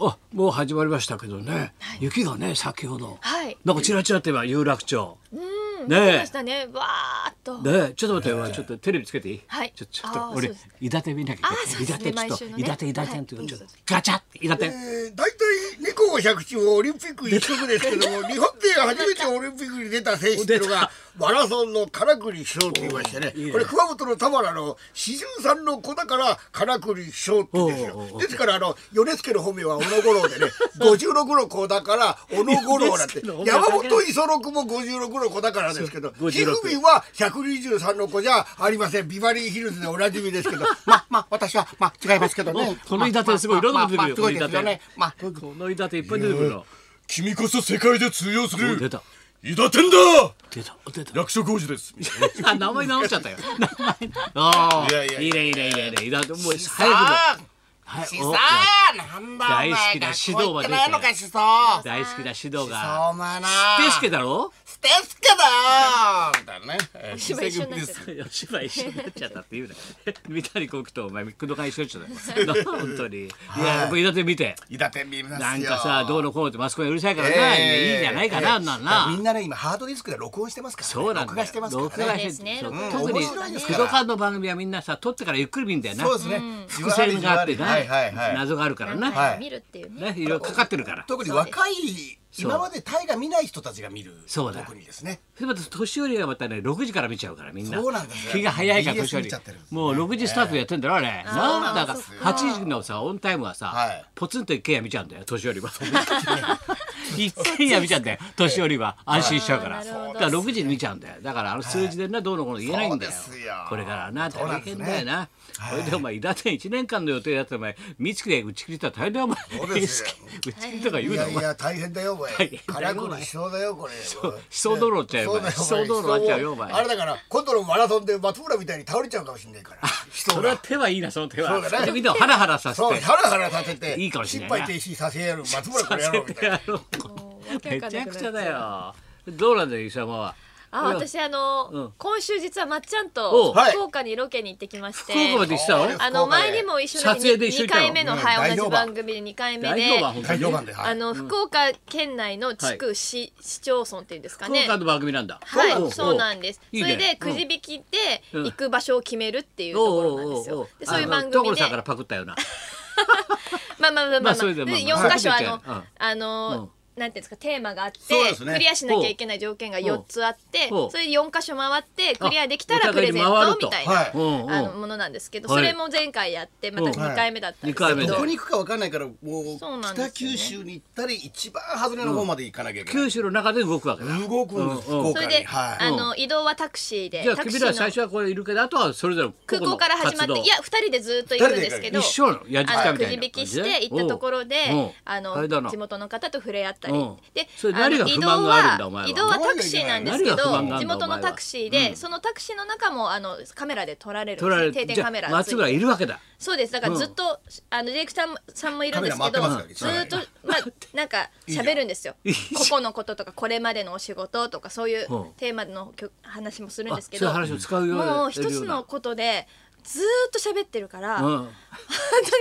あもう始まりましたけどね、雪がね先ほど、はいなんかちらちらって今有楽町うん、ねえねえ。ましたね。わーっと。ねちょっと待って、ちょっとテレビつけていい、はいちょちょっあとー俺そうです伊達見なきゃいけないあーそうで伊達すねちょっ毎と、週の伊ね達伊達ってはいちょっとガチャって伊達、大体二校百中オリンピック一色ですけ ども日本で初めてオリンピックに出た選手っていうのがマラソンの金栗師匠って言いましてねおーいいねこれ熊本の田原の四十三の子だから金栗師匠って言うんですおーおーおよーですからあの米助の本名は小野五郎 でね56の子だから小野五郎だって米助の本名山本磯六も56の子だからです けどそう56ひふみは123の子じゃありませんビバリーヒルズでおなじみです けどまあまあ私はまあ違いますけどねこの伊達すごいいろんなこと出てくるよ、まあまあまあすごいですよねまあこの伊達いっぱい出てくるの君こそ世界で通用すお出るた伊達天だ出た出た役所広司 ですみたいあ名前直しちゃったよ名前あいやいあやいいねいいねいいねいいね伊達もうさ早くもあはいしおさなんだお大前好きな指導学校行が出っててないのかしそ大好きな指導さがお前なステスケだろステスケだーだねえー芝居一緒になっちゃっ吉場一緒になっちゃったって言う な三谷幸喜とお前工藤会一緒になっちゃったよ本当にいや僕伊達見て伊達見ますよなんかさどうのこうのってマスコミうるさいからな、えいーいじゃないかな、あんなんなみんなね今ハードディスクで録音してますからねそうなんだよ録画してます録か画らしねてですねそううん特に面白いです工から藤会の番組はみんなさ撮ってからゆっくり見るんだよなそうですね伏線があってな、はいはいはい謎があるからな、なんかはい見るっていうね。ねいろいろかかってるから特に若いそう今までタイが見ない人たちが見るそうだ特にですねでまた年寄りがまたね6時から見ちゃうからみんなそうなんですよ気が早いから BS 年寄り見ちゃってるんですねもう6時スタートやってんだろあれ、なんだかそう8時のさオンタイムはさ、はいポツンと一軒家見ちゃうんだよ年寄りは 一軒家見ちゃうんだよ年寄りは安心しちゃうから、あーなるほどだから6時に見ちゃうんだよだからあの数字でな、どうのこうの言えないんだよそうですよこれからなそうな大んです変ねだよな、これでお前伊達1年間の予定だってお前三月で打ち切りしたら大変だよお前そうですよ打ち切りとか言ういなやおい前や大変だよこ大れ変だよ辛くのしそうだよこれうしそう道路っちゃうよそうおだよ前しそう道路になっちゃうよお前あれだから今度のマラソンで松村みたいに倒れちゃうかもしれないから人それはが手はいいなその手はそうだねみんなをハラハラさせそうてハラハラさせていいかもしれないな心肺停止させやる松村こされやせろうみたていなやろうもうわけめわかんちなゃくなっくちちゃゃうだ。よどうなんだよ石山はあ、私あの、うん今週実はまっちゃんおうとはい福岡にロケに行ってきまして。福岡まで来たのああの前にも一緒撮影にで一緒に行っ二たの回目の、うんはい、同大評じ判番組で二回目大で丈夫は本当第に4番ではあいの福岡県内の地区、市市町村っていうんですか福ね岡の番組なんだはおい、そうなんです。いいそねれでくじ引きでうん行く場所を決めるっていうところなんですおうおうおうおよう。でそういうあの番組所でさん、からパクったようなまあまあままあまああ、それででまあまあ四箇所あのうんあうんの。なんていうんですかテーマがあって、そうですねクリアしなきゃいけない条件が4つあってほうほうそれで4箇所回ってクリアできたあらおプ互レいゼにン回るトとみたいはないうんうんあのものなんですけどはいそれも前回やってまた2回目だったんですけうんはい二回目どでどこに行くかわかんないからもうそうなんですよね北九州に行ったり一番外れの方まで行かなきゃいけない九州の中で動くわけだ動くんですうんうん福そ岡れにではいあの移動はタクシーでじゃあタク君シらーは最の初はこれいるけどあとはそれぞれ個々の空港から始活まって動いや2人でずっと行くんですけど一緒なのやじきあたのみくたいじな引きして行ったところでおうおうああれだなの地元の方と触れ合ったりうんでそれあの何が不移動満があるんだお前はは移動はタクシーなんですけ何どが不満がある地んだお前元はのタクシーうんでそのタクシーの中もあのカメラで撮られるん取られでするね定じ点ゃカメあラつい松て村いるわけだそうですだからずっと、あのディレクターさんもいるんですけどカメラ回ってますずからーっと、まあ、なんか喋るんですよここのこととかこれまでのお仕事とかそういううんテーマのきょ話もするんあですそうけいうど話を使うようなもう一つのことでずーっと喋ってるから、う本ん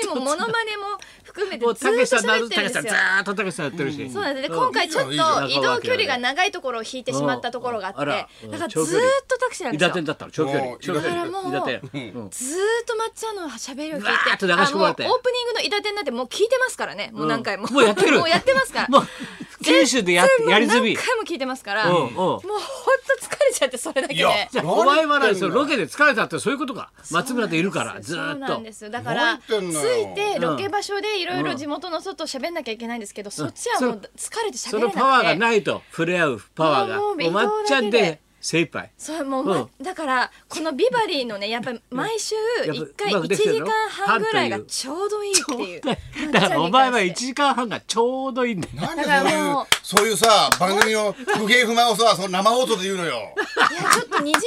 当にもうモノマネも含めてもうずー竹っとさんな喋っるて竹るんさんずですよ。ーっと竹さんやってるしそうなんですね、今回ちょっと移いいじゃんいいじゃん動距離が長いところを引いてしまったところがあって、うんあらうんだからず長ー距っ離とタクシーなん伊ですよ。達にだったの長距離もう長距離だからもう伊達うんずーっとまっちゃんの喋りを聞いて、うわーっと流し込あまもうれオープてニングの伊達になってもう聞いてますからね、もう何回も。うんもうやってるもうやってますから。 もう九州でや全部やり済み何回も聞いてますから、うんもううんほんと疲れちゃってそれだけでいや。じゃあ何お前はな言ってんそののロケで疲れたってそういうことか松村でいるからずそうーっなとんですよだから着何言ってんのよいてロケ場所でいろいろ地元の外喋んなきゃいけないんですけど、そっちはもう疲れて喋それのなくてパワーがないと触れ合うパワーがもうもうもうまっちゃん移動だけでで精一杯そうもう、まうんだからこのビバリーのねやっぱり毎週やっぱ一回うまく1できてる時の間半ぐらいがちょうどいいっていう だからお前はまっちゃんに関して1時間半がちょうどいいんだよなんでだそうからいもううそういうさ番組の不平不満をさその生放送で言うのよいやちょっと2時間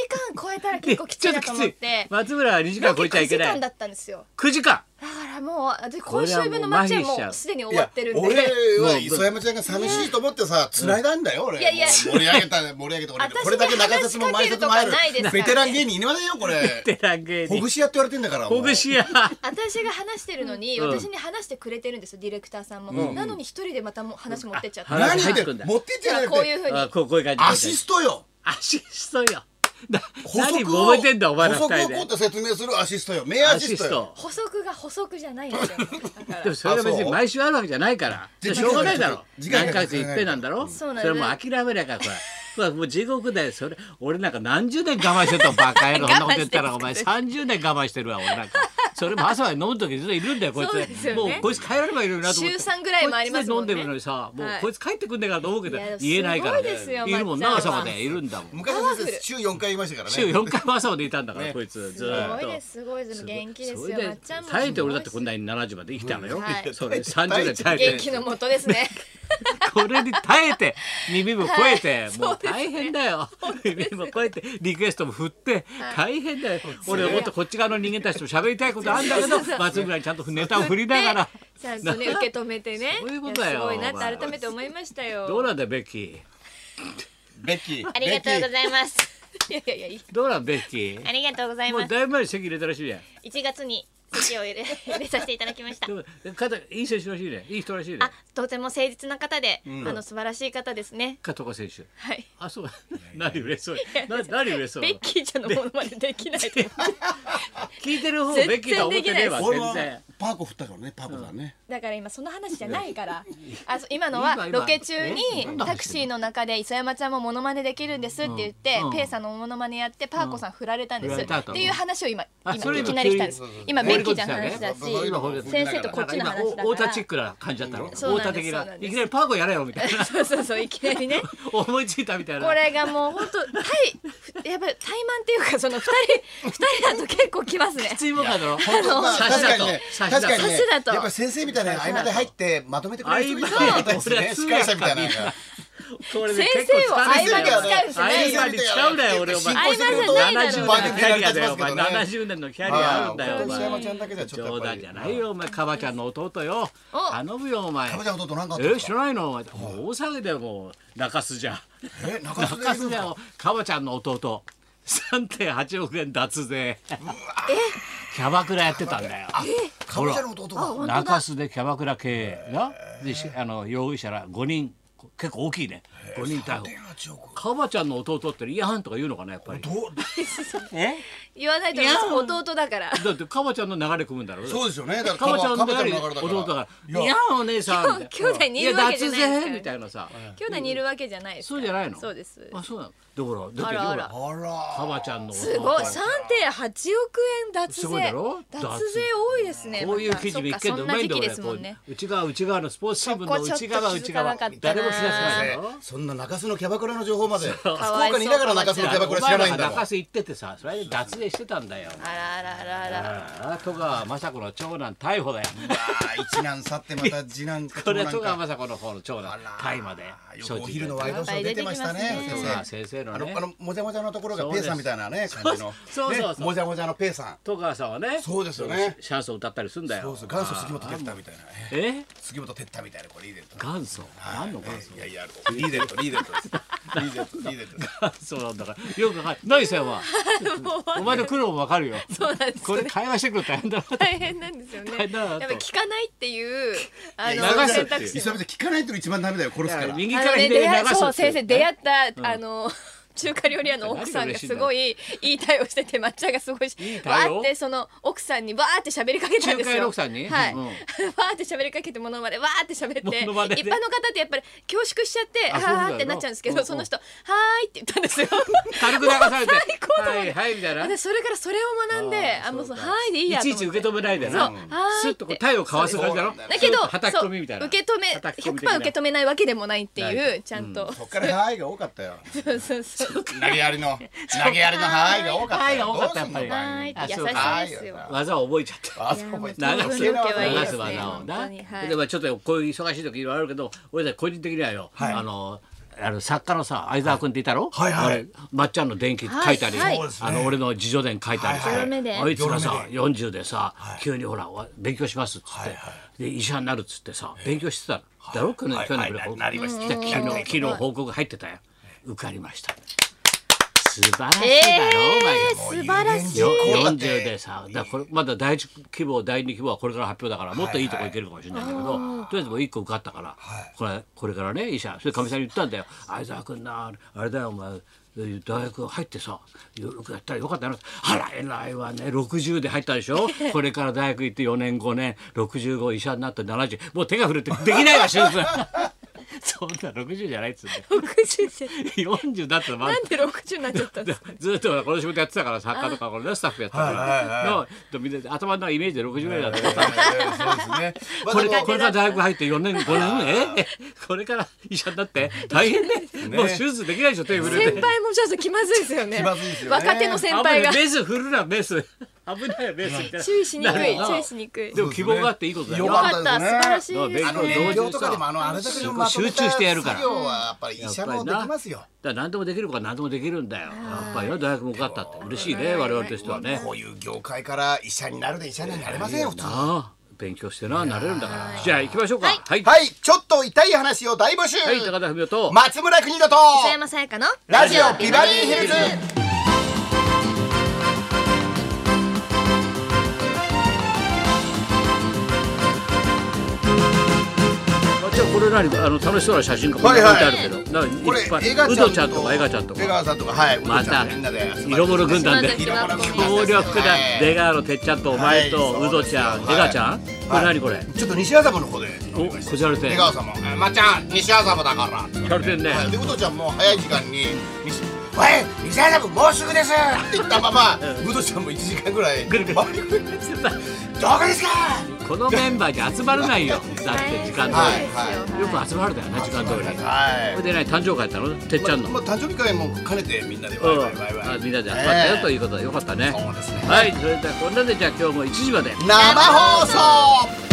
超えたら結構きついなと思って 松村は2時間超えちゃいけロケな9時間いだったんですよ9時間だからもう私こ今れ週はもう分のマッチは麻痺しちゃうもうすでにい 終わやってるん俺では磯山ちゃんが寂しいと思ってさ繋いだんだよ俺いやいやもう盛り上げた盛り上げて俺私にこれだけ中説も前説もある話しかけるとかないですからねベテラン芸人いませんよ これベテラン芸ほ人ぐし屋って言われてんだからもうほぐしや私が話してるのに、うん私に話してくれてるんですよディレクターさんも、なのに一人でまたもう話持ってっちゃって、うんあ何言入っっててくんんだだ持ってってやだかられこういうてふうにあこうこういう感じアシストよアシストよな補足何を揉めてんだお前ら補二人足をでこうって説明するアシストよ名アアシシストスよト補足が補足じゃないんですよだか でもらそれが別あそにう毎週あるわけじゃないからじゃあしょうがないだろ時間何がヶかかる月いっぺんなんだろそうなんだれはもう諦めないからこれこれはもう地獄だよそれ俺なんか何十年我慢してたバカ 野郎そんなこと言ったらお前30年我慢してるわ俺なんかそれも朝まで飲む時ずっといるんだよこいそうですつよねもうこいつ帰らればいいのになと思って週三ぐらいもありますもんねこいつで飲んでるのにさもうはいこいつ帰ってくんねえからと思うけどいやでも言えないからすごいですよいるもんな松朝田さんまでいるんだもん昔パワはフル週4回いましたからね週4回も朝までいたんだからこいつずすーごっいとですすごいです元気ですそれよまっでちゃんも耐えて俺だってこんなに70まで生きたのよ、はいそれ30年耐えて元気のもとですねこれに耐えて耳も超えて、もう大変だよ、耳も超えてリクエストも振って、大変だよ俺もっとこっち側の人間たちと喋りたいことあるんだけど松村にちゃんとネタを振りながらでちゃんと ね受け止めてねそういうことだよやすごいなってお前改めて思いましたよどうなんだよベッキーベッキーありがとうございます。 いやいやいやいいどうなんベッキありがとうござーいもまうす。だいぶ前に席入れたらしいね1月に席を入れ入れさせていただきま したで。も肩いい選手らしいねいい人らしいねあ、とても誠実な方で、あの素晴らしい方ですね。加藤選手はい。あそう何嬉しそうな何嬉しそうベッキーちゃんのものまでできないと思う聞いてる方ベッキーとは思ってねえわ俺全は然パーコ振ったからねパーコさんねだから今その話じゃないからあそう今のは今今ロケ中にえ何の話してんのタクシーの中で磯山ちゃんもモノマネできるんですって言って、うんうんペイさんのモノマネやってパーコさん振られたんです、振られたっとていう話を今あそ今れいきなり来たんです急今ベッキーちゃんの話だし放り込んできたね放り込んできた先生とこっちの話だから今オーターチックな感じだったのそうオーなタんです的そうななんですいきなりパーコやれよみたいなそうそうそういき なりね思いついたみたいなこれがもう本当対 やっぱり怠慢っていうかその二人二人だと結構きますね水分感だろ本当まあ差し確だかとにね差しだ確とかにね差しだとやっぱ先生みたいなのが合間で入ってまとめてくれる人みたい合な間でですね司会者みたいなのがこれ先ね生結構を合疲間れにてるよ使うんじゃな合間に使ういよなよ俺お前合間じゃないだろう70年のキャリアだよお前70年のキャリアあるバンドやり方しますけはいんだよお本当に石山ち前ゃんだけじゃちょっ冗とやっぱ談りじゃないよお前カバちゃんの弟よお頼むよお前カバちゃん弟なんかあったんえで知すからないのお前もう大騒ぎだよもう中洲じゃんえ中洲でい中る洲んじだゃんをカバちゃんの弟3.8億円脱税キャバクラやってたんだよカバちゃんの弟が中洲でキャバクラ経営なでしあの容疑者ら5人こ結構大きいね5人逮捕8億カバちゃんの弟ってイヤハンとか言うのかなやっぱりどう言わないと弟だからだってカバちゃんの流れ組むんだろそうですよねだカかバらちゃんのカバちゃん流れの流れだから弟だから「いやお姉さん」みたい兄弟にないいやるわけじ脱ゃない税」ですからみたいなさ兄弟にいるわけじゃないですからそうじゃないのそうですあそうなのだかあららだあってらほらあらカバちゃんの弟すごい3.8億円脱すごいだ税ろ脱脱税多いですねこういう記事見っけそっんでうんかそまないん時だ俺期ですもこんねう内側内側のスポーツ新聞の内側そこちょっと内気づか側なかったな誰も知らせないだろそんな中洲のキャバクラの情報まで福わいそう岡にいながら中洲のキャバクラ知らないんだお前らがもん中洲行っててさそれで脱税してたんだよあらあらあらあらああ戸川雅子の長男逮捕だよあー一難去ってま た次男これは戸長男川雅子の方の長男大麻でよくお昼のワイドショー出てましたね戸先川生先生のあのねあのもじゃもじゃのところがペイさんみたいなね感じのそうそうそうねもじゃもじゃのペイさん戸川さんはねそうですよねシャンソン歌ったりするんだよそうそう元祖杉本哲太みたいなえ杉本哲太みたいなこれリーゼント元祖何の元祖いやいやリーゼントリーゼントですリーゼントリーゼントですそうなんだからよくはい何さん はお前の苦労もわかるよそうなんですこれ会話してくると大変だな大変なんですよね。や大っ変だなとぱ聞かないっていうあいのや流す選ってい択う肢磯も部で聞かないと一番ダメだよ殺すから右あかのらね左に出会流いすそうってい先う生出会ったあの 中華料理屋の奥さんがすごいいい対応してて抹茶がすごいしいいわ対応ーってその奥さんにわーって喋りかけたんです中華屋のよ。奥さんにはい。うんうんわーって喋りかけてものまでわーって喋 って一モノ般のマ方ネでってやっぱり恐縮しちゃってあそうだよなはーってなっちゃうんですけうんうどんその人はーいって言ったんですよ。軽く流されて最高だもんはいはいみたいな私それからそれを学んであーあもうそのそうかはーいでいいやいとち思いっち受けて止めないでなそうはーいスッとこう体をかわす感じだろだけど、はたき込みみたいなそう受け止め、叩き込み的100%な受け止めないわけでもないってないいう、ちゃんと。そっから「はい」が多かっ たよそうそうそう。投げやりの投げやりの「はい」が多かっはたよいが多かったやっぱりどうすんのお前はい、優しいそうかですよ。技を覚えちゃったあそこ行っ流たす流はいい流ですすね技をな本当にはいでもちょっとこういう忙しい時いろいろあるけど俺たち個人的にはよあのあの作家のさ相沢君っていたろ、はいはい俺まっちゃんの伝記書いたり、はいそうですねあの俺の自叙伝書いたりして、はいはいあいつがさよろめで40でさ、急にほらわ勉強しますっつって、はいはで医者になるっつってさ勉強してたの、だろ去年、はい去年はいぐらいななりましたで昨日はい昨日報告入ってたよ受かりました素晴らしいだろ、お前素晴らしいよ40でさだからこれまだ第一希望第二希望はこれから発表だからもっといいとこ行けるかもしれないんだけど、とりあえずもう1個受かったから、これこれからね医者それかみさんに言ったんだよ「相沢君なあれだよお前大学入ってさよくやったらよかったな」あら偉いわね60で入ったでし ょこれから大学行って4年5年65医者になって70もう手が震ってできないわ手 術そんな60じゃないっつって60歳40だってまだなんで60になっちゃったんですか ずっとこの仕事やってたから作家とかこのスタッフやってたからのとみんな頭の中イメージで60ぐらいだったからそうですね。まあこれでもこれから大学入って4年5年えこれから医者になって大変ねもう手術できないでしょ手震え先て輩もちょっと気まずいですよね気まずいですよね若手の先危輩ながいメス振るなメス危ないよメスみたいな注意しにくいなるほど注意しにくいでも希望があっていいことだよよよかなっかった素晴らしいでだすからあの勉ね強年表とかでもあのあれだけのまとめた集中してやるから授業はやっぱり医者もできますやっぱりなだよ。から何でもできる子は何でもできるんだよやっぱりな大学も受かったって嬉しいね我々としてはねこういう業界から医者になるで医者にはなれませんよ普通。はああ勉強してななれるんだからじゃあ行きましょうかはいい、ちょっと痛い話を大募集。はい高田文夫と松村邦人と磯山さやかのラジオビバリーヒルズ。あじゃあこれ何あの楽しそうな写真がこはれい置はいいてあるけど、なんかこれいっぱい江川ウドちゃんとかエガちゃんと江か川さんとかはい。ウドまちゃたんみんなで色物軍団で色物軍団強力だ出川のてっちゃんとお前とはいウドちゃんエそうですよガちゃんこれ何これちょっと西麻布の方でおこじゃれて出ん川さんも「まっちゃん西麻布だから」こじゃれてんねはいでウドちゃんも早い時間に「西おい西麻布もうすぐです!」って言った ままウドちゃんも1時間ぐらいぐるぐる回りくりどこですかこのメンバーじゃ集まらないよだって時間は通いはりよく集まるだよな時間通りいはいそれでね誕生会やったのてっちゃんのまあ誕生日会も兼ねてみんなでうワイんワイワイワあイみんなで集まったよということでよかったねそうですねはいそれではこんなでじゃあ今日も1時まで生放送